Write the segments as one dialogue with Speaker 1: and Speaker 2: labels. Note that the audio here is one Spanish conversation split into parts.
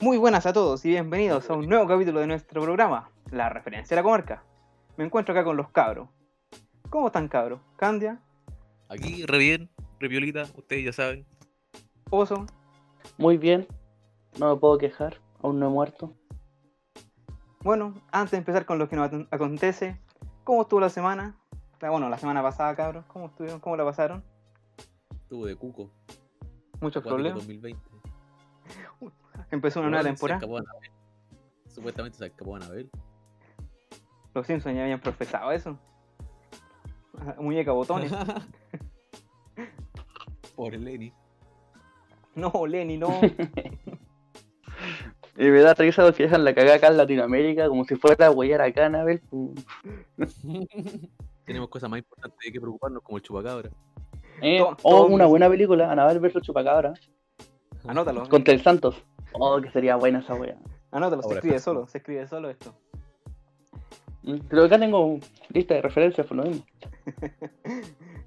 Speaker 1: Muy buenas a todos y bienvenidos a un nuevo capítulo de nuestro programa, La Referencia a la Comarca. Me encuentro acá con los cabros. ¿Cómo están, cabros? Candia,
Speaker 2: Aquí, re bien, re violita, ustedes ya saben.
Speaker 1: Oso,
Speaker 3: Muy bien, no me puedo quejar, aún no he muerto.
Speaker 1: Bueno, antes de empezar con lo que nos aten- acontece, ¿cómo estuvo la semana? La- Bueno, la semana pasada, cabros, ¿cómo estuvieron? ¿Cómo la pasaron?
Speaker 2: Tuvo de cuco.
Speaker 1: Muchos
Speaker 2: Cuático
Speaker 1: problemas.
Speaker 2: 2020.
Speaker 1: Empezó una
Speaker 2: Weón,
Speaker 1: nueva
Speaker 2: se
Speaker 1: temporada.
Speaker 2: escapó Anabel. Supuestamente se escapó Anabel.
Speaker 1: Los Simpsons ya habían profetizado eso. Ah, Muñeca botones.
Speaker 2: Pobre Lenny.
Speaker 1: No, Lenny, no.
Speaker 3: Y me da risa lo que dejan la cagada acá en Latinoamérica, como si fuera a huellar acá, Anabel.
Speaker 2: Tenemos cosas más importantes de que preocuparnos, como el chupacabra.
Speaker 3: Eh,
Speaker 1: To-
Speaker 3: oh,
Speaker 1: todos
Speaker 3: una
Speaker 1: mis-
Speaker 3: buena película, Anabel versus Chupacabra,
Speaker 1: Anótalo.
Speaker 3: contra el Santos. Oh, que sería buena esa wea.
Speaker 1: Anótalo, se
Speaker 2: Ahora,
Speaker 1: escribe
Speaker 2: pues.
Speaker 1: solo, se escribe solo esto.
Speaker 3: Mm, Pero acá tengo lista de referencias por lo mismo.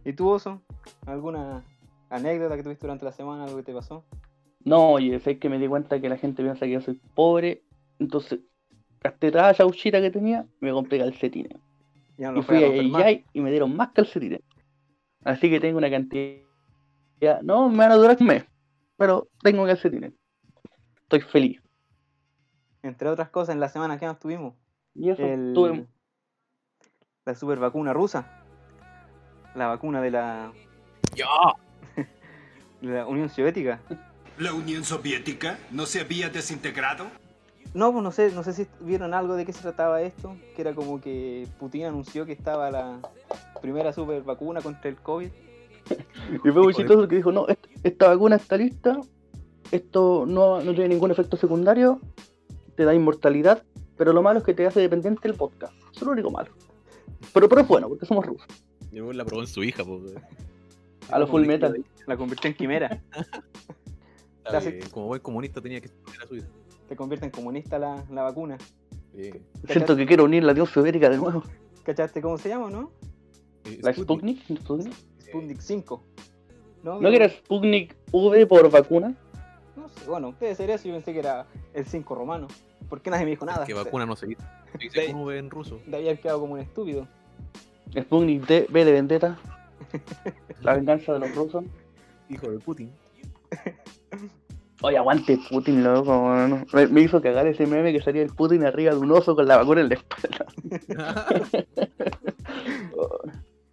Speaker 1: ¿Y tú, Oso? ¿Alguna anécdota que tuviste durante la semana? ¿Algo que te pasó?
Speaker 3: No, y sé que me di cuenta que la gente piensa que yo soy pobre, entonces gasté toda esa huchita que tenía, me compré calcetines.
Speaker 1: Ya no
Speaker 3: Y
Speaker 1: lo
Speaker 3: fui
Speaker 1: fue
Speaker 3: a
Speaker 1: a romper más.
Speaker 3: Yayay y me dieron más calcetines. Así que tengo una cantidad. No, me van a durar un mes. Pero tengo calcetines. Estoy feliz.
Speaker 1: Entre otras cosas, en la semana que nos tuvimos.
Speaker 3: Y eso
Speaker 1: el-
Speaker 3: tuve-
Speaker 1: la super vacuna rusa. La vacuna de la,
Speaker 2: ¡Ya!
Speaker 1: de la Unión Soviética.
Speaker 4: ¿La Unión Soviética no se había desintegrado?
Speaker 1: No, pues no sé, no sé si vieron algo de qué se trataba esto, que era como que Putin anunció que estaba la primera super vacuna contra el COVID.
Speaker 3: Y fue muy
Speaker 2: Hijo de-
Speaker 3: chistoso que dijo: No, est- esta vacuna está lista. Esto no, no tiene ningún efecto secundario. Te da inmortalidad. Pero lo malo es que te hace dependiente el podcast. Eso es lo único malo. Pero, pero es bueno, porque somos rusos.
Speaker 2: Y weón la probó en su hija, po, weón.
Speaker 3: A lo
Speaker 2: Como
Speaker 3: full
Speaker 2: líquido
Speaker 3: metal.
Speaker 2: de-
Speaker 1: La convirtió en quimera.
Speaker 2: Está
Speaker 1: La
Speaker 2: bien, Como buen comunista tenía que ser a su hija.
Speaker 1: Te convierte en comunista la, la vacuna.
Speaker 2: Bien.
Speaker 3: Siento que quiero unir la Unión Soviética de nuevo.
Speaker 1: ¿Cachaste cómo se llama, no?
Speaker 2: Eh,
Speaker 3: La
Speaker 2: Sputnik.
Speaker 3: Sputnik. Sputnik.
Speaker 1: Sputnik 5. No,
Speaker 3: ¿No que era Sputnik V por vacuna?
Speaker 1: No sé, bueno, debe ser eso, yo pensé que era el 5 romano. ¿Por qué nadie me dijo nada?
Speaker 2: Que
Speaker 1: O sea,
Speaker 2: vacuna no se dice. Se dice
Speaker 1: Sí.
Speaker 2: con V en ruso.
Speaker 1: De haber quedado como un estúpido.
Speaker 3: Sputnik D, B de Vendetta. La venganza de los rusos.
Speaker 2: Hijo de Putin.
Speaker 3: Oye, aguante Putin, loco. weón. Me, me hizo cagar ese meme que salía el Putin arriba de un oso con la vacuna en la espalda.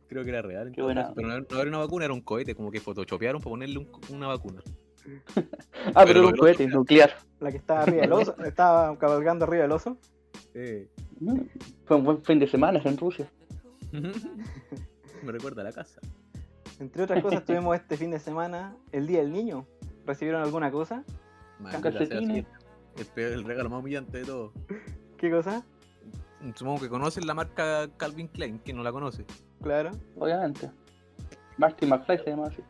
Speaker 2: Creo que era real.
Speaker 3: Qué buena.
Speaker 2: entonces, Pero no, no era una vacuna, era un cohete. Como que photoshopearon para ponerle un- una vacuna.
Speaker 3: Ah,
Speaker 2: Pero
Speaker 3: pero era un
Speaker 2: el
Speaker 3: cohete
Speaker 2: otro-
Speaker 3: nuclear.
Speaker 1: La que estaba arriba del oso, estaba cabalgando arriba del oso.
Speaker 2: Eh.
Speaker 3: Mm. Fue un buen fin de semana en Rusia.
Speaker 2: Me recuerda a la casa.
Speaker 1: Entre otras cosas, tuvimos este fin de semana el Día del Niño. ¿Recibieron alguna cosa?
Speaker 2: Maldita sea,
Speaker 3: calcetines.
Speaker 2: sí, el, peor- el regalo más humillante de todo.
Speaker 1: ¿Qué cosa?
Speaker 2: Supongo que conocen la marca Calvin Klein, quien no la conoce.
Speaker 1: Claro.
Speaker 3: Obviamente. Marty McFly se llama así.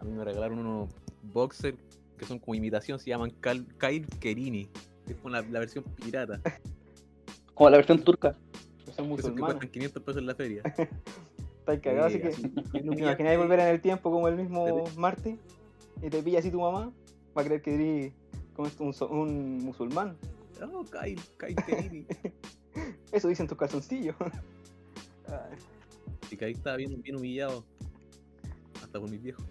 Speaker 2: A mí me regalaron unos boxers que son como imitación, se llaman Cal- Kyle Kerini. Es como la, la versión pirata. que
Speaker 3: Como la versión turca.
Speaker 1: Son
Speaker 2: Esos que
Speaker 1: musulmanes.
Speaker 2: cuestan 500 pesos en la feria.
Speaker 1: Estáis cagados, así
Speaker 2: Eh,
Speaker 1: que.
Speaker 2: así,
Speaker 1: ¿No te imagináis volver en el tiempo como el mismo Marty? Y te pilla así tu mamá. Va a creer que eres como es un, so- un musulmán.
Speaker 2: Oh, Kyle, Kyle Kerini.
Speaker 1: Eso dicen tus calzoncillos. Ah, Ay,
Speaker 2: Y que ahí estaba bien, bien humillado. Hasta por mis viejos.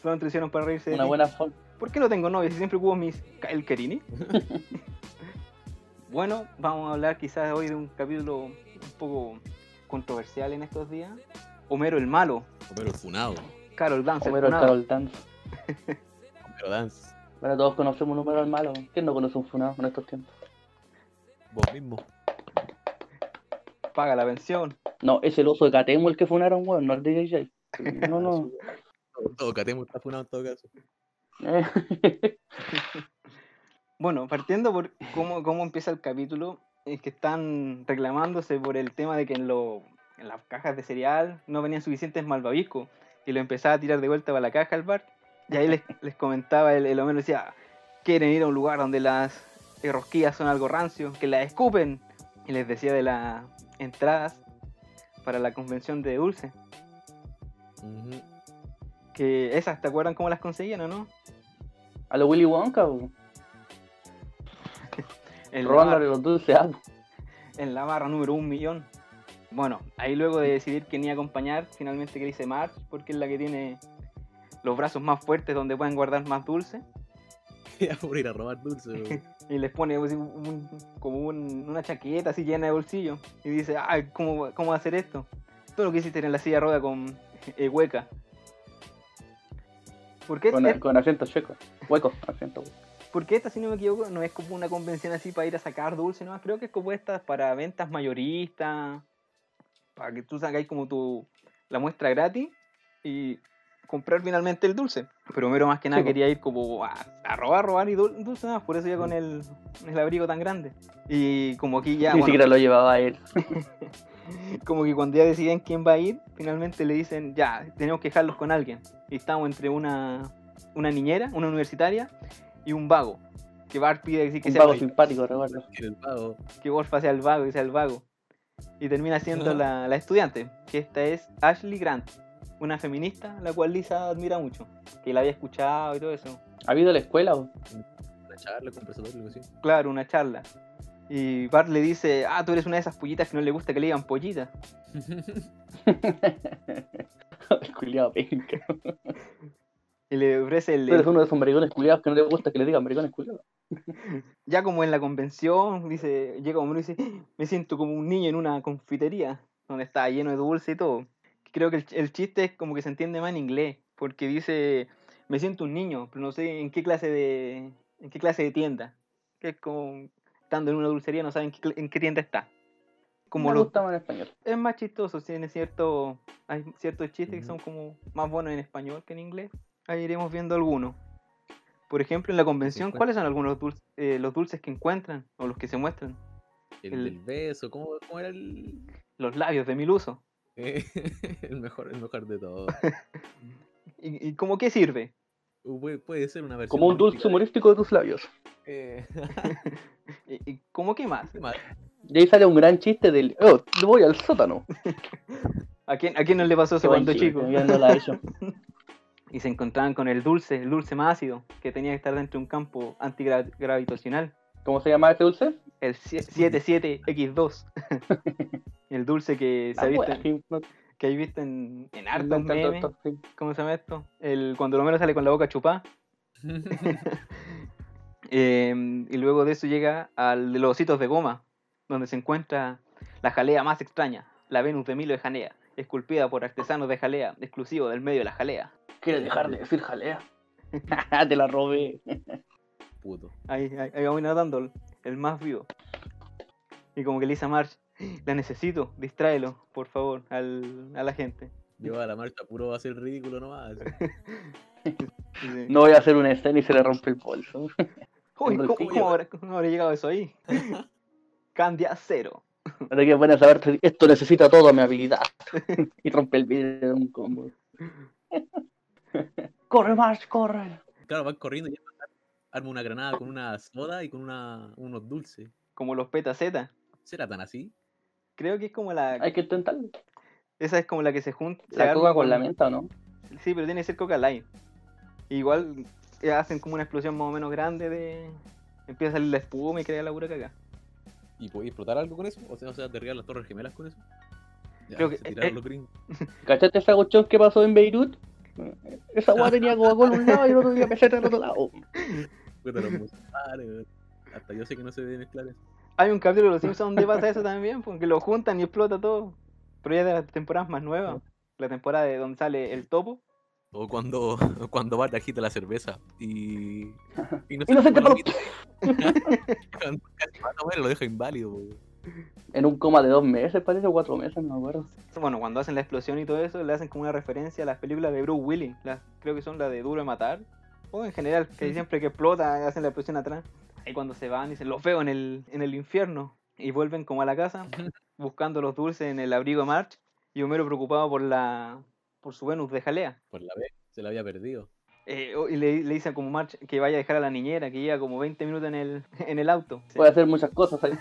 Speaker 1: Solamente lo hicieron para reírse. de
Speaker 3: Una
Speaker 1: ti.
Speaker 3: buena forma.
Speaker 1: ¿Por qué no tengo novia si siempre hubo mis Kyle Kerini? bueno, vamos a hablar quizás hoy de un capítulo un poco controversial en estos días. Homero el malo,
Speaker 2: Homero Funado.
Speaker 1: Carol Dance, el
Speaker 3: Homero el
Speaker 1: funado.
Speaker 3: Carol Dance.
Speaker 2: Homero Dance.
Speaker 3: Bueno, todos conocemos un número al malo. ¿Quién no conoce un funado en estos tiempos?
Speaker 2: Vos mismo.
Speaker 1: paga la pensión.
Speaker 3: No, es el oso de Catemo el que funaron, weón, no el DJ. No, no.
Speaker 2: Todo, todo Catemo está funado en todo caso.
Speaker 3: Eh.
Speaker 1: Bueno, partiendo por cómo, cómo empieza el capítulo, es que están reclamándose por el tema de que en, lo- en las cajas de cereal no venían suficientes malvaviscos y lo empezaba a tirar de vuelta para la caja al bar. Y ahí les, les comentaba el, el Homero, decía, quieren ir a un lugar donde las eh, rosquillas son algo rancio, que las escupen. Y les decía de las entradas para la convención de dulce,
Speaker 2: Ujú.
Speaker 1: que esas, ¿te acuerdan cómo las conseguían o no?
Speaker 3: A lo Willy Wonka, weón.
Speaker 1: En la,
Speaker 3: robándole
Speaker 1: barra,
Speaker 3: los dulces a Apu.
Speaker 1: en la barra número un millón. Bueno, ahí luego de decidir quién iba a acompañar, finalmente que dice March, porque es la que tiene los brazos más fuertes donde pueden guardar más dulce.
Speaker 2: Ya por ir a robar dulce, weón.
Speaker 1: Y les pone así un- como un- una chaqueta así llena de bolsillo. Y dice, ay, ¿cómo, ¿cómo va a hacer esto? Todo lo que hiciste en la silla de rueda con eh, hueca. Porque es-
Speaker 3: Con,
Speaker 1: es-
Speaker 3: con acento checo. Hueco, acento hueco.
Speaker 1: Porque esta, si no me equivoco, no es como una convención así para ir a sacar dulce, no, creo que es como estas para ventas mayoristas, para que tú sacáis como tu la muestra gratis y comprar finalmente el dulce. Pero Homero más que nada
Speaker 3: Sí, po.
Speaker 1: quería ir como a, a robar, robar y dul- dulce nada más, por eso ya con el, el abrigo tan grande. Y como aquí ya,
Speaker 3: Ni
Speaker 1: bueno,
Speaker 3: siquiera lo llevaba él.
Speaker 1: como que cuando ya deciden quién va a ir, finalmente le dicen, ya, tenemos que dejarlos con alguien. Y estamos entre una, una niñera, una universitaria y un vago. Que Bart pide que, sí que
Speaker 3: Un
Speaker 1: sea
Speaker 3: vago
Speaker 1: vago.
Speaker 3: simpático, recuerdo.
Speaker 2: En el pago.
Speaker 1: que Borfa sea el vago, que sea el vago. Y termina siendo
Speaker 2: Ajá.
Speaker 1: la, la estudiante, que esta es Ashley Grant, una feminista la cual Lisa admira mucho, que la había escuchado y todo eso.
Speaker 3: ¿Ha habido la escuela? o?
Speaker 2: Una charla, conversatorio, algo así.
Speaker 1: Claro, una charla. Y Bart le dice, ah, tú eres una de esas pollitas que no le gusta que le digan pollita.
Speaker 3: El culiado penca.
Speaker 1: Y le ofrece el...
Speaker 3: Tú eres uno de esos maricones culiados que no le gusta que le digan maricones culiados.
Speaker 1: Ya como en la convención, dice, llega Homero y dice, "¡Ah! me siento como un niño en una confitería, donde está lleno de dulce y todo. Creo que el, ch- el chiste es como que se entiende más en inglés, porque dice, me siento un niño, pero no sé en qué clase de, en qué clase de tienda. Que es como, estando en una dulcería no saben en qué, cl- en qué tienda está. Como
Speaker 3: me
Speaker 1: lo,
Speaker 3: gusta más en español.
Speaker 1: es más chistoso, tiene cierto, hay ciertos chistes que son como más buenos en español que en inglés. Ahí iremos viendo algunos. Por ejemplo, en la convención,
Speaker 2: cuenta.
Speaker 3: pues.
Speaker 1: ¿cuáles son algunos dulces, eh, los dulces que encuentran o los que se muestran?
Speaker 2: El,
Speaker 1: El-
Speaker 2: del beso, ¿cómo, cómo era el.
Speaker 1: Los labios de Miluso.
Speaker 2: Eh, el mejor, el mejor de todo.
Speaker 1: ¿Y, y cómo qué sirve?
Speaker 2: Uh, Puede, puede ser una versión.
Speaker 3: Como un dulce
Speaker 2: romántica
Speaker 3: humorístico de tus labios.
Speaker 2: de- Eh,
Speaker 1: ¿Y, y cómo qué más?
Speaker 2: ¿qué más?
Speaker 3: Y ahí sale un gran chiste del. Oh, voy al sótano.
Speaker 1: ¿A quién, ¿A quién no le pasó eso
Speaker 3: Qué buen
Speaker 1: cuando
Speaker 3: chiste,
Speaker 1: chico?
Speaker 3: yo no la he hecho.
Speaker 1: Y se encontraban con el dulce, el dulce más ácido, que tenía que estar dentro de un campo antigravitacional.
Speaker 3: ¿Cómo se llama ese dulce?
Speaker 1: El sie- 77X2. el dulce que se ha
Speaker 3: La
Speaker 1: visto,
Speaker 3: wea, sí, no-
Speaker 1: que hay visto en, en
Speaker 3: no
Speaker 1: hartos
Speaker 3: tanto
Speaker 1: memes.
Speaker 3: esto, sí.
Speaker 1: ¿Cómo se llama esto? El, cuando Romero sale con la boca chupada. Eh, y luego de eso llega al de los ositos de goma, donde se encuentra la jalea más extraña, la Venus de Milo de Janea, esculpida por artesanos de jalea, exclusivo del medio de la jalea.
Speaker 3: ¿Quieres dejar de decir jalea? Te la robé.
Speaker 2: Puto.
Speaker 1: Ahí, ahí, ahí vamos nadando, el más vivo. Y como que Lisa March, la necesito, distráelo, por favor, al- a la gente.
Speaker 2: Lleva la marcha puro va a ser ridículo nomás.
Speaker 1: Dice,
Speaker 3: No voy a hacer una escena y se le rompe el bolso.
Speaker 1: "Uy, ¿cómo,
Speaker 3: Enriquillo.
Speaker 1: cómo habrá, cómo habrá llegado eso ahí? Candia cero.
Speaker 3: Pero qué buena saber, esto necesita toda mi habilidad. y rompe el vidrio de un combo. corre, Marsh, corre.
Speaker 2: Claro, van corriendo y arma una granada con una soda y con una, unos dulces.
Speaker 1: Como los petacetas.
Speaker 2: ¿Será tan así?
Speaker 1: Creo que es como la.
Speaker 3: Hay que intentarlo.
Speaker 1: Esa es como la que se junta. se
Speaker 3: La
Speaker 1: arma
Speaker 3: coca con la menta, ¿o no?
Speaker 1: Sí, pero tiene que ser coca light. Igual eh, hacen como una explosión más o menos grande de. Empieza a salir la espuma y crea la pura caca.
Speaker 2: ¿Y podéis explotar algo con eso? O sea, o sea derribar las torres gemelas con eso. Ya,
Speaker 1: Creo que-
Speaker 2: se tiraron
Speaker 1: eh,
Speaker 2: los gringos.
Speaker 3: ¿Cachaste esa cuestión que pasó en Beirut? Esa guay tenía Coca-Cola un lado y el otro tenía peseta del otro lado.
Speaker 2: Puta, los musulmanes, weón. Hasta yo sé que no se debe mezclar eso.
Speaker 1: Hay un capítulo de los Simpsons donde pasa eso también, porque lo juntan y explota todo. Pero ya es de las temporadas más nuevas. La temporada de donde sale el topo.
Speaker 2: O cuando, cuando Bart agita la cerveza y. Y no
Speaker 3: Inocente
Speaker 2: lo
Speaker 3: palo.
Speaker 2: quita. Cuando casi mata a Homero, lo deja inválido, weón.
Speaker 3: En un coma de dos meses, parece, o cuatro meses, no me acuerdo.
Speaker 1: Bueno, cuando hacen la explosión y todo eso, le hacen como una referencia a las películas de Bruce Willis. Las, creo que son las de Duro de Matar. O en general, que siempre que explota, hacen la explosión atrás. Y cuando se van, dicen, los veo en el, en el infierno. Y vuelven como a la casa, buscando los dulces en el abrigo de March. Y Homero preocupado por la por su Venus de jalea.
Speaker 2: Por la vez, se la había perdido.
Speaker 1: Eh, o- y le, le dicen como March que vaya a dejar a la niñera, que lleva como 20 minutos en el, en el auto.
Speaker 3: Puede hacer muchas cosas ahí.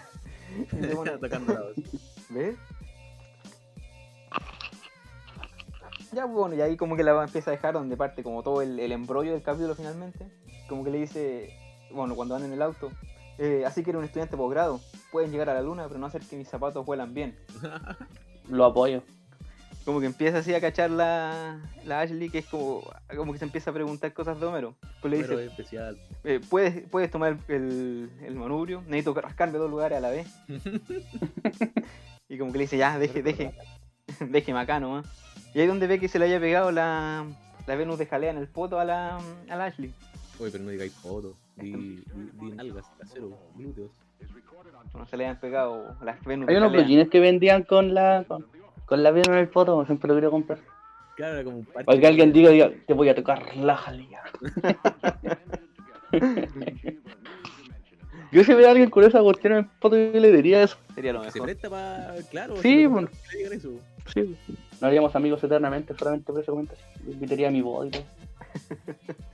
Speaker 1: Y dice, bueno,
Speaker 2: Atacando la voz.
Speaker 1: ¿Ves? Ya pues, bueno, y ahí como que la va- empieza a dejar donde parte como todo el, el embrollo del capítulo finalmente. Como que le dice, bueno, cuando van en el auto, Eh, así que era un estudiante de posgrado. Pueden llegar a la luna, pero no hacer que mis zapatos vuelan bien.
Speaker 3: Lo apoyo.
Speaker 1: Como que empieza así a cachar la, la Ashley, que es como, como que se empieza a preguntar cosas de Homero. Pues le dice,
Speaker 2: Pero es especial.
Speaker 1: eh, ¿puedes, puedes tomar el, el manubrio, necesito rascarme dos lugares a la vez. y como que le dice, ya, deje, deje, deje macano, ¿eh? Y ahí es donde ve que se le haya pegado la, la Venus de jalea en el poto a la, a la Ashley.
Speaker 2: Oye, pero no digáis fotos. Di, di, di nalgas, trasero, glúteos.
Speaker 1: No se le hayan pegado las Venus
Speaker 3: Hay
Speaker 1: de
Speaker 3: unos
Speaker 1: jalea.
Speaker 3: plugins que vendían con la con, con la vida en el foto, siempre lo quiero comprar.
Speaker 2: Claro, era como un parche.
Speaker 3: Para que alguien diga, diga, te voy a tocar la jalía. Yo si veo a alguien con esa cuestión en el foto, yo le diría eso.
Speaker 1: Sería lo
Speaker 2: Se
Speaker 1: mejor.
Speaker 2: presta para. Claro.
Speaker 3: Sí,
Speaker 2: si lo-
Speaker 3: bueno.
Speaker 2: que le digan eso.
Speaker 3: Sí. No haríamos amigos eternamente, solamente por ese momento. Le invitaría a mi boda y todo.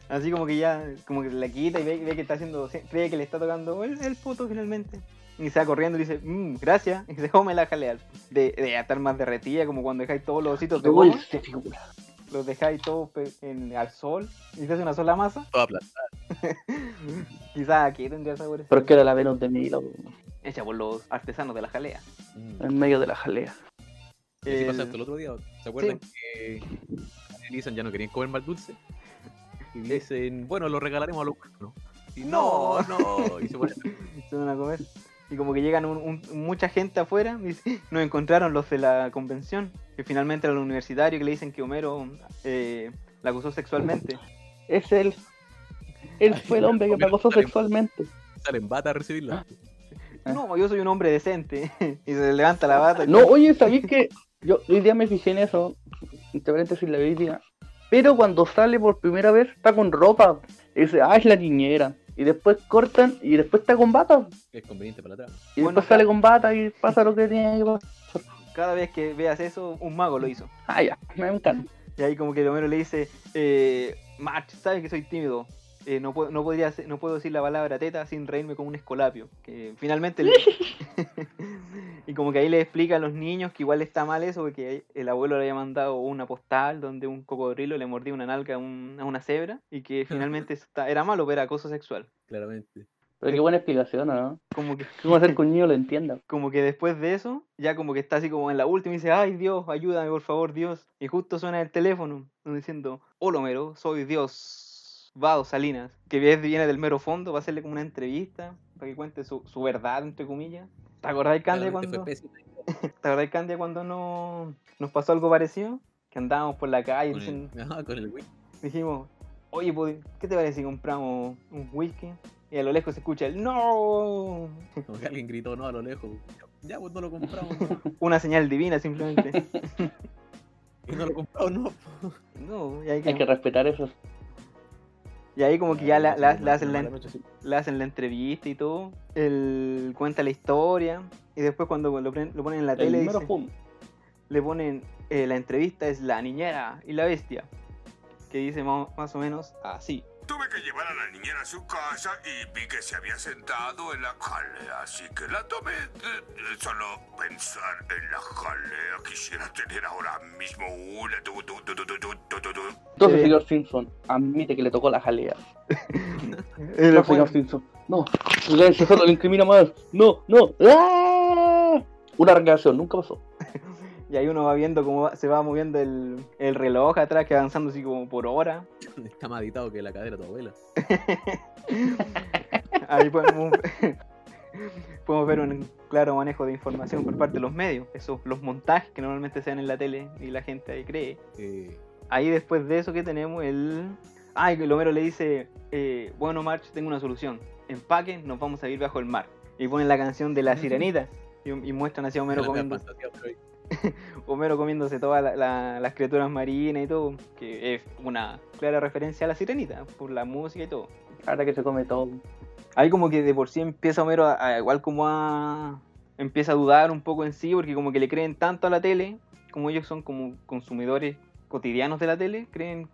Speaker 1: Así como que ya, como que la quita y ve, ve que está haciendo, cree que le está tocando el, el poto finalmente. Y se va corriendo y dice, mmm, gracias. Y se come la jalea. De, de estar más derretida, como cuando dejáis todos los ositos de goma,
Speaker 3: Dulce figura.
Speaker 1: los dejáis todos pe- en, al sol y se hace una sola masa.
Speaker 2: Toda plata.
Speaker 1: Quizás aquí tendría sabores
Speaker 3: Pero es que era la Venus de Milo,
Speaker 1: hecha por los artesanos de la jalea.
Speaker 2: Mm.
Speaker 3: en medio de la jalea.
Speaker 2: Y así
Speaker 1: El-
Speaker 2: pasa hasta el otro día. ¿Se acuerdan que Elisan ya no querían comer más dulce? Y dicen, bueno, lo regalaremos a los cuernos. Y no, no. Y se ponen
Speaker 1: se van a comer. Y como que llegan un- un- mucha gente afuera, y dice, nos encontraron los de la convención. Que finalmente eran los universitarios que le dicen que Homero eh, la acusó sexualmente.
Speaker 3: Es él. Él fue el hombre que me acosó sexualmente.
Speaker 2: salen bata a recibirla. Eh.
Speaker 1: No, yo soy un hombre decente. y se levanta la bata. y-
Speaker 3: No, oye, ¿sabéis que yo hoy día me fijé en eso? Entre paréntesis, la Biblia. Pero cuando sale por primera vez, está con ropa. Y dice, ah, es la niñera. Y después cortan y después está con bata.
Speaker 2: Es conveniente para la trama.
Speaker 3: Y
Speaker 1: Bueno,
Speaker 3: después sale con bata y pasa lo que tiene que pasar.
Speaker 1: Cada vez que veas eso, un mago lo hizo.
Speaker 3: Ah, ya, me encanta.
Speaker 1: Y ahí como que Homero le dice, eh, March, sabes que soy tímido. Eh, no, puedo, no, podría, hacer- no puedo decir la palabra teta sin reírme como un escolapio. Que finalmente... le- y como que ahí le explica a los niños que igual está mal eso, porque el abuelo le había mandado una postal donde un cocodrilo le mordía una nalga a, un- a una cebra y que finalmente eso está- era malo, pero era acoso sexual.
Speaker 2: Claramente.
Speaker 3: Pero qué buena explicación, ¿no?
Speaker 1: Como que,
Speaker 3: ¿Cómo hacer que un niño lo entienda?
Speaker 1: como que después de eso, ya como que está así como en la última y dice, ay Dios, ayúdame por favor Dios. Y justo suena el teléfono diciendo, hola Homero, soy Dios, Vado Salinas, que es- viene del mero fondo, va a hacerle como una entrevista para que cuente su, su verdad, entre comillas. ¿Te acordáis, Cande,
Speaker 2: Claramente
Speaker 1: cuando,
Speaker 2: fue pésima.
Speaker 1: ¿te acordáis, Candia, cuando no, nos pasó algo parecido? Que andábamos por la calle y
Speaker 2: Con el, ajá, con el güey.
Speaker 1: dijimos, oye, pues, ¿qué te parece si compramos un whisky? Y a lo lejos se escucha el no,
Speaker 2: Como que alguien gritó no a lo lejos. Ya, pues no lo compramos.
Speaker 1: una señal divina simplemente.
Speaker 2: Y no lo compramos, no.
Speaker 1: No, y ahí,
Speaker 3: Hay
Speaker 1: como,
Speaker 3: que respetar eso.
Speaker 1: y ahí como que ya la, la- la hacen,
Speaker 2: Una
Speaker 1: la,
Speaker 2: mala noche, Ah, sí.
Speaker 1: la hacen la entrevista y todo. Él cuenta la historia. Y después cuando lo, pren- lo ponen en la
Speaker 3: El
Speaker 1: tele,
Speaker 3: número
Speaker 1: dice-
Speaker 3: pum.
Speaker 1: le ponen eh, la entrevista es la niñera y la bestia. Que dice mo- más, o menos así.
Speaker 4: Tuve que llevar a la niñera a su casa y vi que se había sentado en la jalea, así que la tomé. De, de solo pensar en la jalea quisiera tener ahora mismo una. tu, tu, tu, tu, tu, tu, tu, tu, tu.
Speaker 3: Entonces,
Speaker 1: Sí.
Speaker 3: señor Simpson, admite que le tocó la jalea.
Speaker 1: Eh,
Speaker 3: No,
Speaker 1: lo
Speaker 3: señor
Speaker 1: pon-
Speaker 3: Simpson. No. Silencio, solo le incrimina más. No, no. ¡Ah! Una relación, nunca pasó.
Speaker 1: y ahí uno va viendo cómo va- se va moviendo el, el reloj atrás, que avanzando así como por hora.
Speaker 2: Está más editado que la cadera de tu abuela.
Speaker 1: Ahí podemos, podemos ver un claro manejo de información por parte de los medios. Esos, los montajes que normalmente se dan en la tele y la gente ahí cree.
Speaker 2: Eh,
Speaker 1: Ahí después de eso que tenemos el... Ah, y que el Homero le dice, eh, bueno March, tengo una solución. Empaquen, nos vamos a ir bajo el mar. Y ponen la canción de la sirenita. Y, y muestran así a Homero
Speaker 2: la mea
Speaker 1: comiendo,
Speaker 2: fantasía, pero ahí-
Speaker 1: Homero comiéndose todas la- la- las criaturas marinas y todo. Que es una clara referencia a la sirenita, por la música y todo.
Speaker 3: Ahora que se come todo.
Speaker 1: Ahí como que de por sí empieza Homero a, a- igual como a... Empieza a dudar un poco en sí porque como que le creen tanto a la tele, como ellos son como consumidores cotidianos de la tele, creen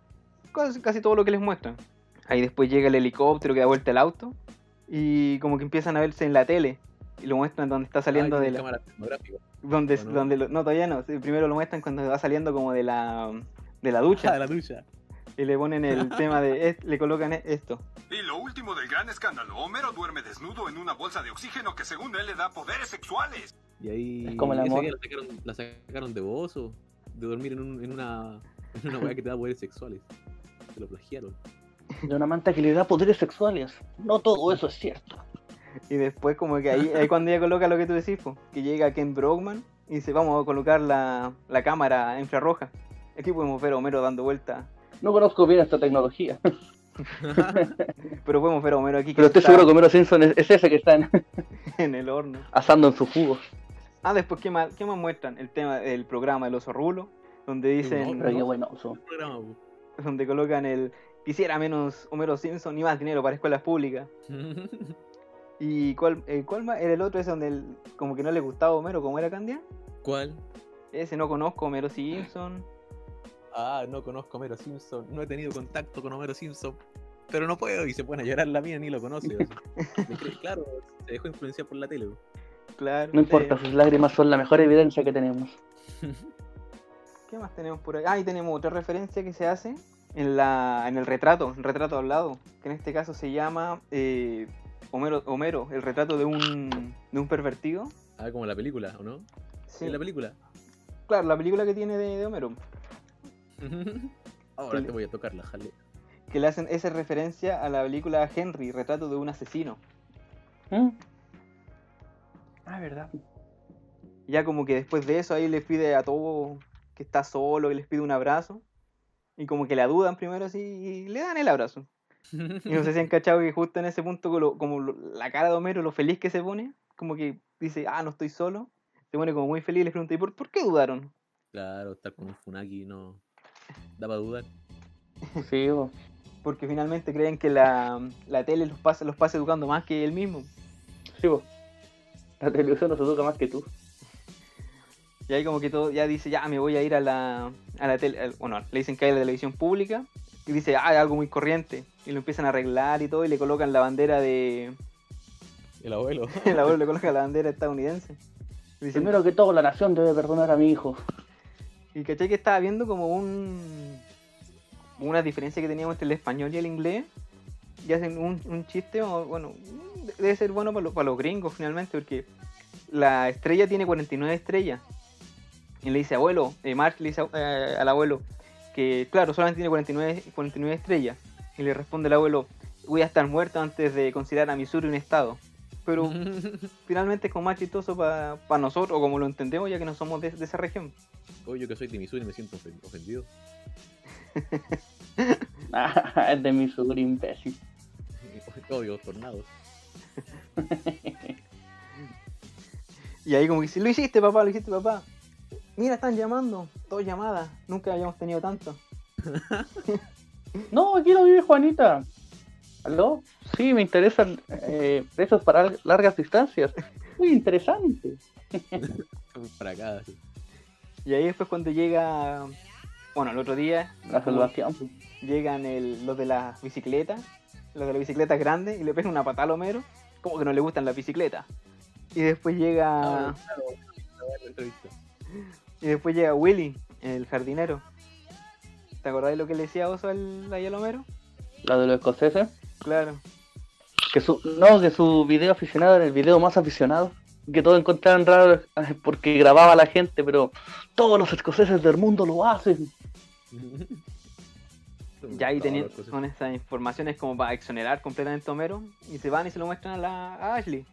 Speaker 1: casi, casi todo lo que les muestran. Ahí después llega el helicóptero que da vuelta el auto y como que empiezan a verse en la tele y lo muestran donde está saliendo
Speaker 2: Ah, y
Speaker 1: de
Speaker 2: con
Speaker 1: la...
Speaker 2: cámara pornográfica.
Speaker 1: Donde,
Speaker 2: ¿o no?
Speaker 1: donde lo- no, todavía no. sí, Primero lo muestran cuando va saliendo como de la, de la
Speaker 2: Ah,
Speaker 1: ducha.
Speaker 2: la ducha.
Speaker 1: Y le ponen el tema de. es- le colocan e- esto.
Speaker 4: Y lo último del gran escándalo, Homero duerme desnudo en una bolsa de oxígeno que según él le da poderes sexuales.
Speaker 2: Y ahí.
Speaker 3: Es como el
Speaker 2: y esa
Speaker 3: amor.
Speaker 2: idea La sacaron, la sacaron de bozo, de dormir en, un- en una. En una weá que te da poderes sexuales. Se lo plagiaron.
Speaker 3: De una manta que le da poderes sexuales. No todo eso es cierto.
Speaker 1: Y después, como que ahí es cuando ella coloca lo que tú decís, po, que llega Ken Brockman y dice: Vamos a colocar la, la cámara infrarroja. Aquí podemos ver a Homero dando vueltas.
Speaker 3: No conozco bien esta tecnología.
Speaker 1: Pero podemos ver a Homero aquí que
Speaker 3: Pero estoy
Speaker 1: está
Speaker 3: seguro que Homero Simpson es, es ese que están
Speaker 1: en el horno.
Speaker 3: asando en sus jugos.
Speaker 1: Ah, después, ¿qué más, qué más muestran? El tema del programa El Oso Rulo, donde dicen,
Speaker 3: Pero qué bueno. eso.
Speaker 2: Programa, po.
Speaker 1: donde colocan el quisiera menos Homero Simpson y más dinero para escuelas públicas. ¿Y cuál, el, cuál más? Era el otro, ese donde el- como que no le gustaba Homero, como era Candia.
Speaker 2: ¿Cuál?
Speaker 1: Ese no conozco, Homero Simpson.
Speaker 2: Ah, no conozco a Homero Simpson, no he tenido contacto con Homero Simpson, pero no puedo. Y se pone a llorar la mía, ni lo conoce. o sea. Me cree- claro, se dejó influenciar por la tele. po.
Speaker 1: Claro.
Speaker 3: No
Speaker 1: eh,
Speaker 3: importa, sus lágrimas son la mejor evidencia que tenemos.
Speaker 1: ¿Qué más tenemos por ahí? Ah, y tenemos otra referencia que se hace en, la, en el retrato, el retrato hablado, que en este caso se llama eh, Homero, Homero, el retrato de un, de un pervertido.
Speaker 2: Ah, como la película, ¿o no?
Speaker 1: Sí,
Speaker 2: ¿Es la película?
Speaker 1: claro, la película que tiene de- de Homero.
Speaker 2: Ahora
Speaker 1: Sí.
Speaker 2: te voy a tocar la jale.
Speaker 1: que le hacen esa referencia a la película Henry, retrato de un asesino.
Speaker 3: ¿Mm? Ah, verdad.
Speaker 1: Ya como que después de eso ahí le pide a todo que está solo y les pide un abrazo. Y como que la dudan primero así y le dan el abrazo. Y no sé si han cachado que justo en ese punto con lo- como lo- la cara de Homero, lo feliz que se pone, como que dice, ah, no estoy solo. Se pone como muy feliz y les pregunta, ¿y por, por qué dudaron?
Speaker 2: Claro, estar con un Funaki no. Da para dudar.
Speaker 3: Sí, bo.
Speaker 1: Porque finalmente creen que la, la tele los pasa, los pasa educando más que él mismo.
Speaker 3: sí, bo. La televisión nos educa más que tú.
Speaker 1: Y ahí como que todo ya dice, ya me voy a ir a la, a la tele, al- bueno, le dicen que hay la televisión pública y dice, ah, es algo muy corriente. Y lo empiezan a arreglar y todo y le colocan la bandera de...
Speaker 2: El abuelo.
Speaker 1: El abuelo le coloca la bandera estadounidense. Y, dice,
Speaker 3: Primero que todo, la nación debe perdonar a mi hijo.
Speaker 1: y caché que estaba viendo como un... Una diferencia que teníamos entre el español y el inglés. Y hacen un, un chiste, o, bueno, de- debe ser bueno para, los- para los gringos finalmente, porque la estrella tiene 49 estrellas. Y le dice, abuelo, eh, Marge le dice eh, al abuelo, que claro, solamente tiene 49, 49 estrellas. Y le responde el abuelo, voy a estar muerto antes de considerar a Missouri un estado. Pero finalmente es como más chistoso para nosotros, o como lo entendemos, ya que no somos de, de esa región.
Speaker 2: Oye, yo que soy de Missouri me siento ofen- ofendido.
Speaker 3: Ah, es de mi sur imbécil.
Speaker 2: Odio los tornados.
Speaker 1: Y ahí como que dice, lo hiciste papá, lo hiciste papá. Mira, están llamando, dos llamadas, nunca habíamos tenido tanto.
Speaker 3: No, aquí no vive Juanita. ¿Aló? Sí, me interesan eh, precios para al- largas distancias. Muy interesante.
Speaker 2: Para acá. así.
Speaker 1: Y ahí después cuando llega, bueno, el otro día,
Speaker 3: La salvación.
Speaker 1: llegan el- los de las bicicletas, los de las bicicletas grandes, y le pegan una patada al Homero, como que no le gustan las bicicletas. Y después llega,
Speaker 2: Ah, claro, claro, la entrevista.
Speaker 1: y después llega Willy, el jardinero. ¿Te acordás de lo que le decía Oso al, ahí al Homero?
Speaker 3: La de los escoceses.
Speaker 1: Claro.
Speaker 3: Que su, no, que su video aficionado era el video más aficionado. Que todos encontraban raro eh, porque grababa a la gente, pero todos los escoceses del mundo lo hacen.
Speaker 1: Ya ahí
Speaker 2: Todas
Speaker 1: tenían
Speaker 2: las cosas.
Speaker 1: con esas informaciones como para exonerar completamente a Homero y se van y se lo muestran a, la, a Ashley.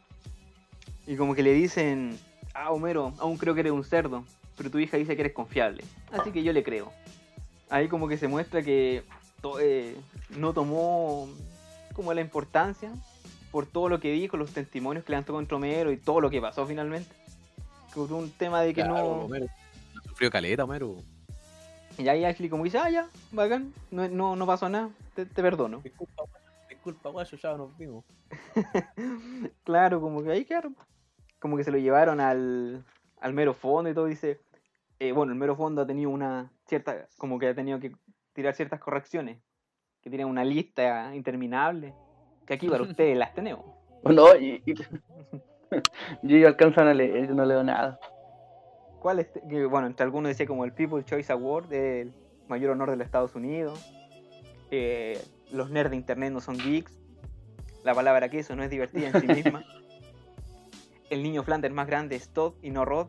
Speaker 1: Y como que le dicen, ah Homero, aún creo que eres un cerdo, pero tu hija dice que eres confiable, así que yo le creo. Ahí como que se muestra que to- eh, no tomó como la importancia por todo lo que dijo, los testimonios que levantó contra Homero y todo lo que pasó finalmente. Con un tema de que
Speaker 2: Claro,
Speaker 1: no...
Speaker 2: Homero. Sufrió caleta, Homero.
Speaker 1: Y ahí Ashley como dice, ah ya, bacán, no, no, no pasó nada, te- te perdono.
Speaker 2: Disculpa, guayo, disculpa, guayo, ya nos vimos.
Speaker 1: Claro, como que ahí quedaron. Como que se lo llevaron al, al mero fondo y todo. Dice, eh, bueno, el mero fondo ha tenido una cierta, como que ha tenido que tirar ciertas correcciones. Que tiene una lista interminable. Que aquí para ustedes las tenemos.
Speaker 3: Bueno, y, y- y ellos alcanzan a leer, yo no leo nada.
Speaker 1: ¿Cuál es? que, bueno, entre algunos decía como el People's Choice Award, el mayor honor de los Estados Unidos. eh, los nerds de internet no son geeks, la palabra queso no es divertida en sí misma, el niño Flanders más grande es Todd y no Rod.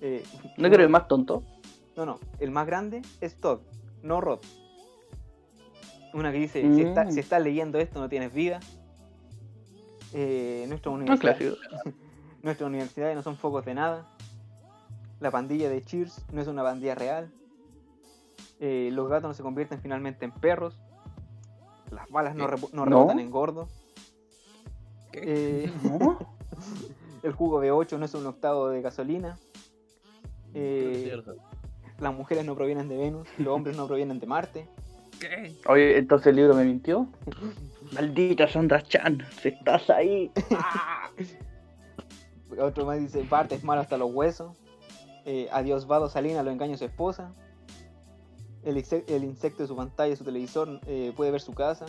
Speaker 1: Eh,
Speaker 3: No creo el más tonto.
Speaker 1: No, no, el más grande es Todd, no Rod. Una que dice, si,
Speaker 3: Mm.
Speaker 1: está- si estás leyendo esto no tienes vida. Eh, nuestra
Speaker 3: No es
Speaker 1: universidad
Speaker 3: clásico.
Speaker 1: Nuestras universidades no son focos de nada. La pandilla de Cheers no es una pandilla real. Eh, los gatos no se convierten finalmente en perros. Las balas no,
Speaker 2: ¿Qué?
Speaker 1: repu- no
Speaker 3: ¿No?
Speaker 1: rebotan en gordos. Eh,
Speaker 3: ¿No?
Speaker 1: el jugo de 8 no es un octavo de gasolina. Eh, las mujeres no provienen de Venus. Los hombres no provienen de Marte.
Speaker 2: ¿Qué?
Speaker 3: Oye, entonces el libro me mintió. Maldita Sandra Chan, si estás ahí.
Speaker 1: Otro más dice, Bart es malo hasta los huesos. Eh, adiós Vado Salina, lo engaña su esposa. El, inse- el insecto de su pantalla, su televisor, eh, puede ver su casa.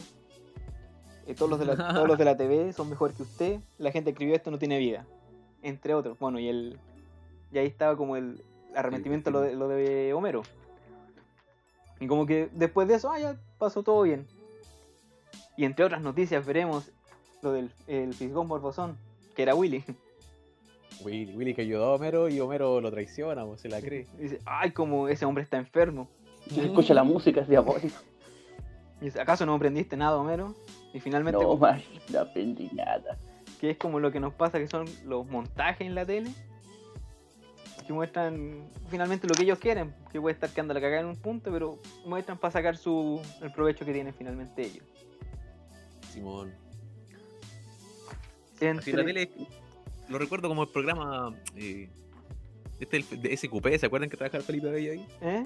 Speaker 1: Eh, todos, los de la, todos los de la TV son mejor que usted. La gente que escribió esto no tiene vida. Entre otros. Bueno, y el y ahí estaba como el arrepentimiento lo de, lo de Homero. Y como que después de eso, ah, ya pasó todo bien. Y entre otras noticias veremos lo del el fisgón morbosón, que era Willy.
Speaker 2: Willy, Willy que ayudó a Homero y Homero lo traiciona, o se la cree.
Speaker 1: Y dice, ay, como ese hombre está enfermo.
Speaker 3: Se escucha la música, es diabólica.
Speaker 1: Y dice, ¿acaso no aprendiste nada, Homero? Y finalmente,
Speaker 3: No,
Speaker 1: como
Speaker 3: man, no aprendí nada.
Speaker 1: que es como lo que nos pasa, que son los montajes en la tele, que muestran finalmente lo que ellos quieren, que puede estar quedando la cagada en un punto, pero muestran para sacar su, el provecho que tienen finalmente ellos.
Speaker 2: Simón. Así
Speaker 1: Entre-
Speaker 2: la tele, lo recuerdo como el programa eh, este el- de SQP, ¿se acuerdan que trabajaba Felipe Bello ahí?
Speaker 1: ¿eh?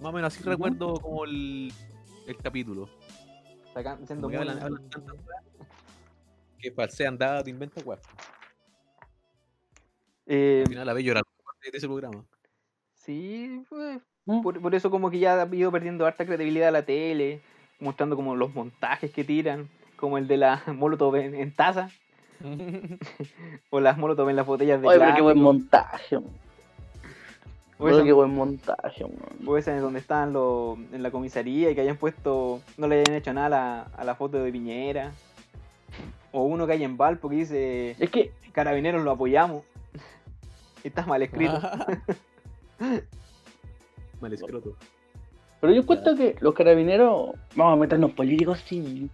Speaker 2: Más o menos así recuerdo como el, el capítulo.
Speaker 1: Sacan- siendo
Speaker 2: Como que
Speaker 1: muy-
Speaker 2: hablan, hablan tantas weas que falsean datos, inventan weas.
Speaker 1: Eh,
Speaker 2: Al final la Bello era parte de ese programa.
Speaker 1: Sí, pues,
Speaker 3: Mm.
Speaker 1: por, por eso como que ya ha ido perdiendo harta credibilidad la tele, mostrando como los montajes que tiran, como el de la Molotov en, en taza, o las Molotov en las botellas de
Speaker 3: Oye, pero qué
Speaker 1: plástico,
Speaker 3: buen montaje, man.
Speaker 1: o,
Speaker 3: Oye,
Speaker 1: esa-
Speaker 3: qué buen montaje, man.
Speaker 1: o esa en donde estaban los, en la comisaría y que hayan puesto, no le hayan hecho nada a la, a la foto de Piñera, o uno que hay en Valpo que dice,
Speaker 3: Es que
Speaker 1: carabineros lo apoyamos, está mal escrito.
Speaker 3: Ah.
Speaker 2: Mal escroto.
Speaker 3: Pero yo cuento que los carabineros. Vamos a meternos políticos, sí.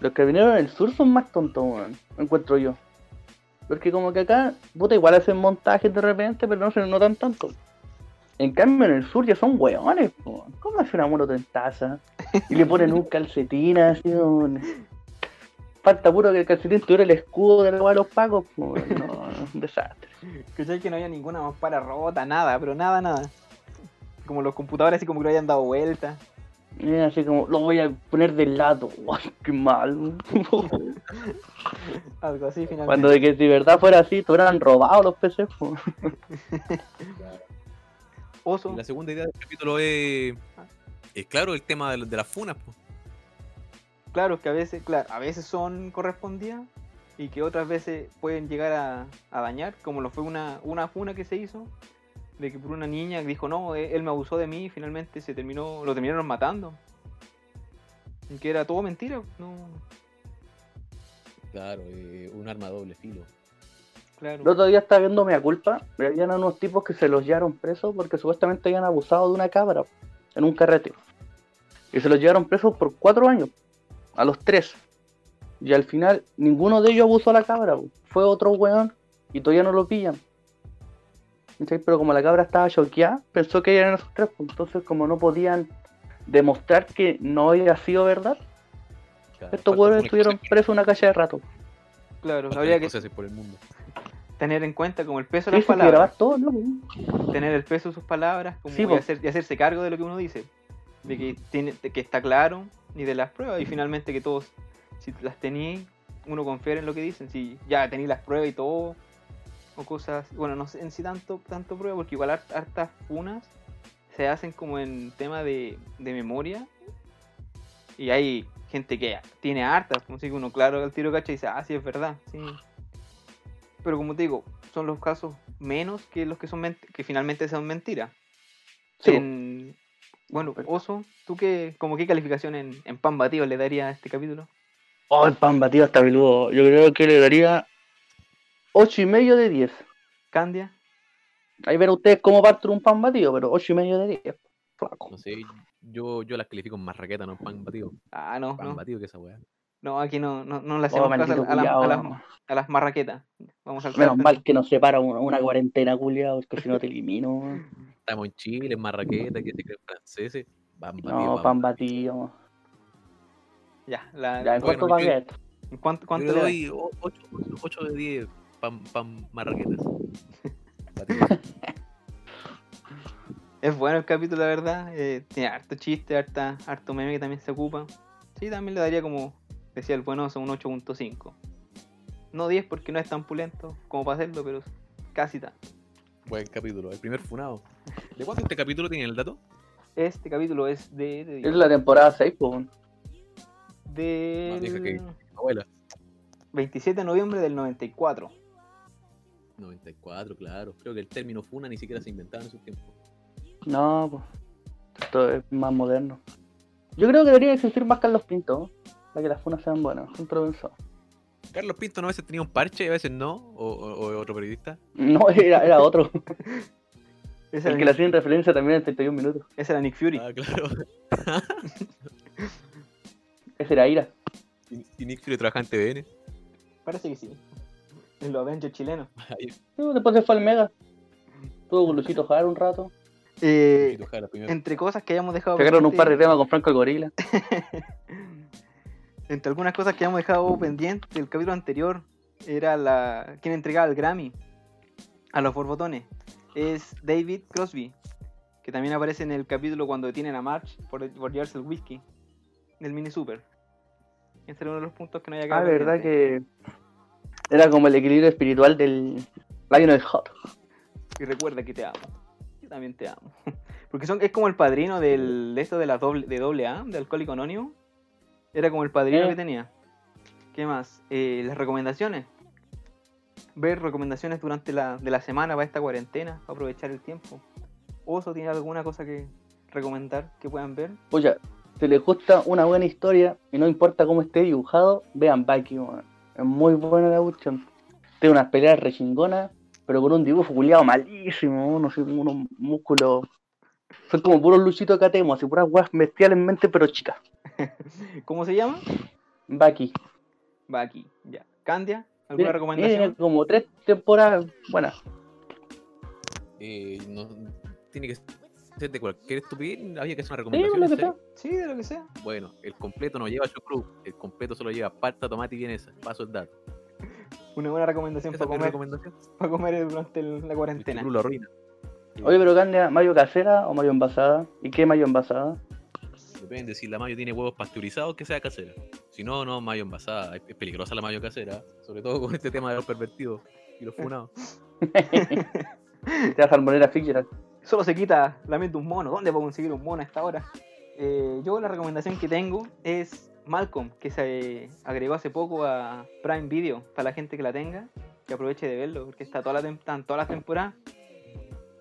Speaker 3: Los carabineros del sur son más tontos, weón. Encuentro yo. Porque como que acá, puta, igual hacen montajes de repente, pero no se notan tanto. En cambio, en el sur ya son weones, po. ¿Cómo hace una moto en taza? Y le ponen un calcetín así, weón. Falta puro que el calcetín tuviera el escudo de la weá de los pacos, po, weón. No, no, un desastre.
Speaker 1: Escuché que no había ninguna mampara rota, nada, pero nada, nada. Como los computadores así como que lo hayan dado vuelta.
Speaker 3: Es así como, lo voy a poner de lado, weón. Qué mal, weón.
Speaker 1: Algo así finalmente.
Speaker 3: Cuando de que si verdad fuera así, te hubieran robado los peces. po.
Speaker 1: Oso,
Speaker 2: Y La segunda idea del capítulo es. Es claro el tema de, la- de las funas, po.
Speaker 1: claro que a veces, claro, a veces son correspondidas y que otras veces pueden llegar a, a dañar, como lo fue una, una funa que se hizo, de que por una niña que dijo no, e- él me abusó de mí y finalmente se terminó, lo terminaron matando. Y que era todo mentira, no,
Speaker 2: Claro, eh, un arma de doble filo.
Speaker 1: claro.
Speaker 3: El otro día estaba viendo Mea Culpa, pero habían unos tipos que se los llevaron presos porque supuestamente habían abusado de una cabra en un carrete. Y se los llevaron presos por cuatro años, a los tres. Y al final, ninguno de ellos abusó a la cabra. po. Fue otro weón y todavía no lo pillan. ¿Cachai? Pero como la cabra estaba choqueada, pensó que eran esos tres. po. Entonces, como no podían demostrar que no había sido verdad,
Speaker 2: Claro,
Speaker 3: estos
Speaker 2: falta
Speaker 3: huevos
Speaker 2: alguna
Speaker 3: estuvieron
Speaker 2: cosa-
Speaker 3: presos una calle de rato.
Speaker 1: Claro,
Speaker 2: falta
Speaker 1: habría que
Speaker 2: alguna cosa hacer por el mundo.
Speaker 1: tener en cuenta como el peso de
Speaker 3: Sí,
Speaker 1: las
Speaker 3: sí, que
Speaker 1: palabras.
Speaker 3: grabar todo, ¿no?
Speaker 1: tener el peso de sus palabras como
Speaker 3: Sí,
Speaker 1: y,
Speaker 3: po.
Speaker 1: hacer- y hacerse cargo de lo que uno dice, de que, tiene, de que está claro y de las pruebas y finalmente que todos, si las tenéis, uno confía en lo que dicen, si ya tenéis las pruebas y todo, o cosas, bueno, no sé en sí tanto, tanto prueba, porque igual hart- hartas funas se hacen como en tema de, de memoria y hay gente que tiene hartas, como si uno claro al tiro cacha y dice, ah, sí, es verdad, sí. Pero como te digo, son los casos menos que los que son ment- que finalmente son mentiras.
Speaker 3: Sí,
Speaker 1: En- Bueno, Oso, ¿tú qué, como qué calificación en, en pan batido le daría a este capítulo?
Speaker 3: Oh, el pan batido está peludo. Yo creo que le daría 8 y medio de 10.
Speaker 1: Candia,
Speaker 3: Ahí verán ustedes cómo parto un pan batido, pero 8 y medio de 10. Flaco.
Speaker 2: No sé, yo, yo las califico en marraqueta, no en pan batido.
Speaker 1: ah, no,
Speaker 2: Pan
Speaker 1: no,
Speaker 2: batido que esa weá.
Speaker 1: no, aquí no, no, no le
Speaker 3: Oh,
Speaker 1: hacemos caso
Speaker 3: maldito
Speaker 1: a, la-
Speaker 3: culiao.
Speaker 1: a las- a las marraquetas. Vamos al
Speaker 3: Menos
Speaker 1: salto.
Speaker 3: mal que nos separa una, una cuarentena, culiado, porque si no te elimino. weón.
Speaker 2: Estamos en Chile, en marraqueta, que se creen franceses. Pan batido.
Speaker 3: No, pan batido.
Speaker 1: Ya, la,
Speaker 3: Ya, en
Speaker 2: Bueno,
Speaker 3: cuanto
Speaker 2: yo-
Speaker 3: pagué esto.
Speaker 1: ¿cuánto, cuánto
Speaker 2: Yo
Speaker 1: le
Speaker 2: le
Speaker 1: das?
Speaker 2: doy 8, de 10 pan, pan marraquetas. Batido.
Speaker 1: Es bueno el capítulo, la verdad. eh, tiene harto chiste, harta, harto meme que también se ocupa. Sí, también le daría como decía el buenoso un 8.5. No 10 porque no es tan pulento como para hacerlo, pero casi tal.
Speaker 2: Buen capítulo, el primer funado. ¿De cuánto este capítulo tiene el dato?
Speaker 1: Este capítulo es de. de,
Speaker 3: Es la temporada 6, pues. weón.
Speaker 1: del
Speaker 2: No, deja que- Abuela.
Speaker 1: 27 de noviembre del 94.
Speaker 2: 94, claro. Creo que el término funa ni siquiera se inventaba en su tiempo.
Speaker 3: No, pues. Esto es más moderno. Yo creo que debería existir más Carlos Pinto, ¿no? para que las funas sean buenas. Siempre lo he pensado.
Speaker 2: Carlos Pinto ¿no? a veces tenía un parche, a veces no, o, o- o otro periodista.
Speaker 3: No, era, era otro.
Speaker 1: Ese
Speaker 3: El
Speaker 1: era,
Speaker 3: que la
Speaker 1: Nick,
Speaker 3: hacía en referencia también en 31 minutos.
Speaker 1: ese era Nick Fury.
Speaker 2: Ah, claro.
Speaker 3: Ese era Ira.
Speaker 2: Y, y Nick Fury trabajaba en TVN.
Speaker 1: Parece que sí. En los Avengers chilenos.
Speaker 3: Sí, pues, Después se fue al Mega. Tuvo con Luchito Jara un rato.
Speaker 1: Eh,
Speaker 2: Luchito Jara, primero.
Speaker 1: entre cosas que hayamos dejado.
Speaker 3: Sacaron un par de
Speaker 1: pendiente-
Speaker 3: temas con Franco el Gorila.
Speaker 1: Entre algunas cosas que hemos dejado pendiente, el capítulo anterior era la quien entregaba el Grammy a los borbotones. Es David Crosby, que también aparece en el capítulo cuando detienen a March por, por llevarse el whisky del mini super. Ese era uno de los puntos que no había
Speaker 3: Ah,
Speaker 1: quedado.
Speaker 3: verdad
Speaker 1: pendiente.
Speaker 3: que era como el equilibrio espiritual del Lionel Hot.
Speaker 1: Y recuerda que te amo. Yo también te amo. Porque son, es como el padrino del, de esto de la doble, de doble A, de Alcohólico Anónimo. Era como el padrino
Speaker 3: Eh.
Speaker 1: que tenía. ¿Qué más? Eh, las recomendaciones. Ver recomendaciones durante la, de la semana para esta cuarentena, para aprovechar el tiempo. Oso, ¿tiene alguna cosa que recomendar que puedan ver?
Speaker 3: Oye, si les gusta una buena historia y no importa cómo esté dibujado, vean Baki, weón. Es muy buena la cuestión. Tiene unas peleas rechingonas, pero con un dibujo culiado malísimo, weón, así como unos músculos. Son como puros luchitos catemos, así puras weas bestialmente, pero chicas.
Speaker 1: ¿Cómo se llama?
Speaker 3: Baki.
Speaker 1: Va aquí, ya. Candia, ¿alguna
Speaker 3: Tiene, tiene
Speaker 1: recomendación?
Speaker 3: como tres temporadas buenas.
Speaker 2: Eh, no, tiene que ser de cualquier estupidez, había que hacer una
Speaker 3: Sí,
Speaker 2: recomendación.
Speaker 3: lo
Speaker 2: en
Speaker 3: que
Speaker 2: serio.
Speaker 3: sea.
Speaker 1: Sí, de lo que sea.
Speaker 2: Bueno, el completo no lleva chucrú, el completo solo lleva palta, tomate y vienesa. Paso el dato.
Speaker 1: Una buena recomendación
Speaker 2: Esa
Speaker 1: para
Speaker 2: es
Speaker 1: comer,
Speaker 2: mi recomendación.
Speaker 1: para comer durante el- la
Speaker 2: El
Speaker 1: cuarentena.
Speaker 2: chucrú Este lo arruina.
Speaker 3: Oye, pero Candia, ¿mayo casera o mayo envasada? ¿Y qué mayo envasada?
Speaker 2: Depende, si la mayo tiene huevos pasteurizados, que sea casera. Si no, no, mayo envasada. Es es peligrosa la mayo casera, sobre todo con este tema de los pervertidos y los funados.
Speaker 3: Te vas a armonera Fitzgerald.
Speaker 1: solo se quita la mente de un mono. ¿Dónde puedo conseguir un mono a esta hora? Eh, yo la recomendación que tengo es Malcolm, que se eh, agregó hace poco a Prime Video, para la gente que la tenga, que aproveche de verlo, porque está toda la tem- están todas las temporadas.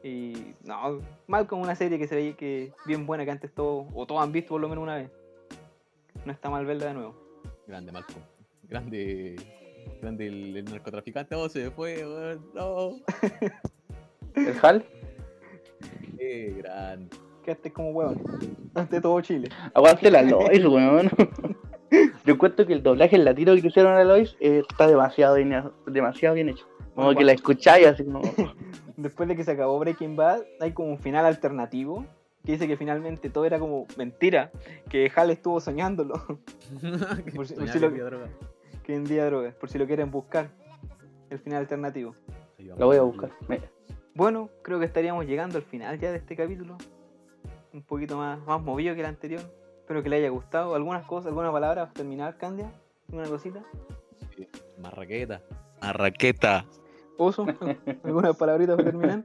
Speaker 1: Y no, Malcolm es una serie que se ve que bien buena, que antes todos, o todos han visto por lo menos una vez. No está mal verla de nuevo.
Speaker 2: Grande, Malcolm. Grande. Grande el, el narcotraficante. Oh, se me fue, weón. No.
Speaker 3: ¿El Hal?
Speaker 2: Qué Eh, grande.
Speaker 1: Que antes como huevón. Ante todo Chile.
Speaker 3: Aguante la Lois, weón. Yo cuento que el doblaje en latino que hicieron a Lois eh, está demasiado bien, demasiado bien hecho. Como que la escucháis así como.
Speaker 1: después de que se acabó Breaking Bad, hay como un final alternativo que dice que finalmente todo era como mentira, que Hal estuvo soñándolo, Por si- por si lo- que vendía drogas, por si lo quieren buscar, el final alternativo.
Speaker 3: Lo voy a buscar. Me-
Speaker 1: Bueno, creo que estaríamos llegando al final ya de este capítulo, un poquito más, más movido que el anterior. Espero que le haya gustado. ¿Algunas cosas, alguna palabra para terminar, Candia? ¿Alguna cosita?
Speaker 2: Marraqueta. Marraqueta.
Speaker 1: ¿Oso? ¿Algunas palabritas para terminar?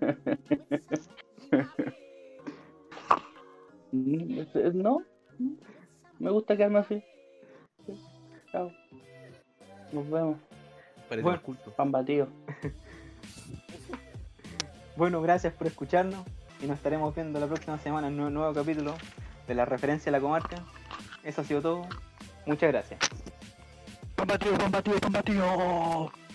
Speaker 3: mm, No. Me gusta quedarme así. Chao. Nos vemos.
Speaker 2: Parece
Speaker 1: Bueno.
Speaker 2: más culto.
Speaker 3: Pan batido.
Speaker 1: Bueno, gracias por escucharnos. y nos estaremos viendo la próxima semana en un nuevo capítulo de la referencia a la comarca. Eso ha sido todo. Muchas gracias.
Speaker 3: combatido, combatido, combatido.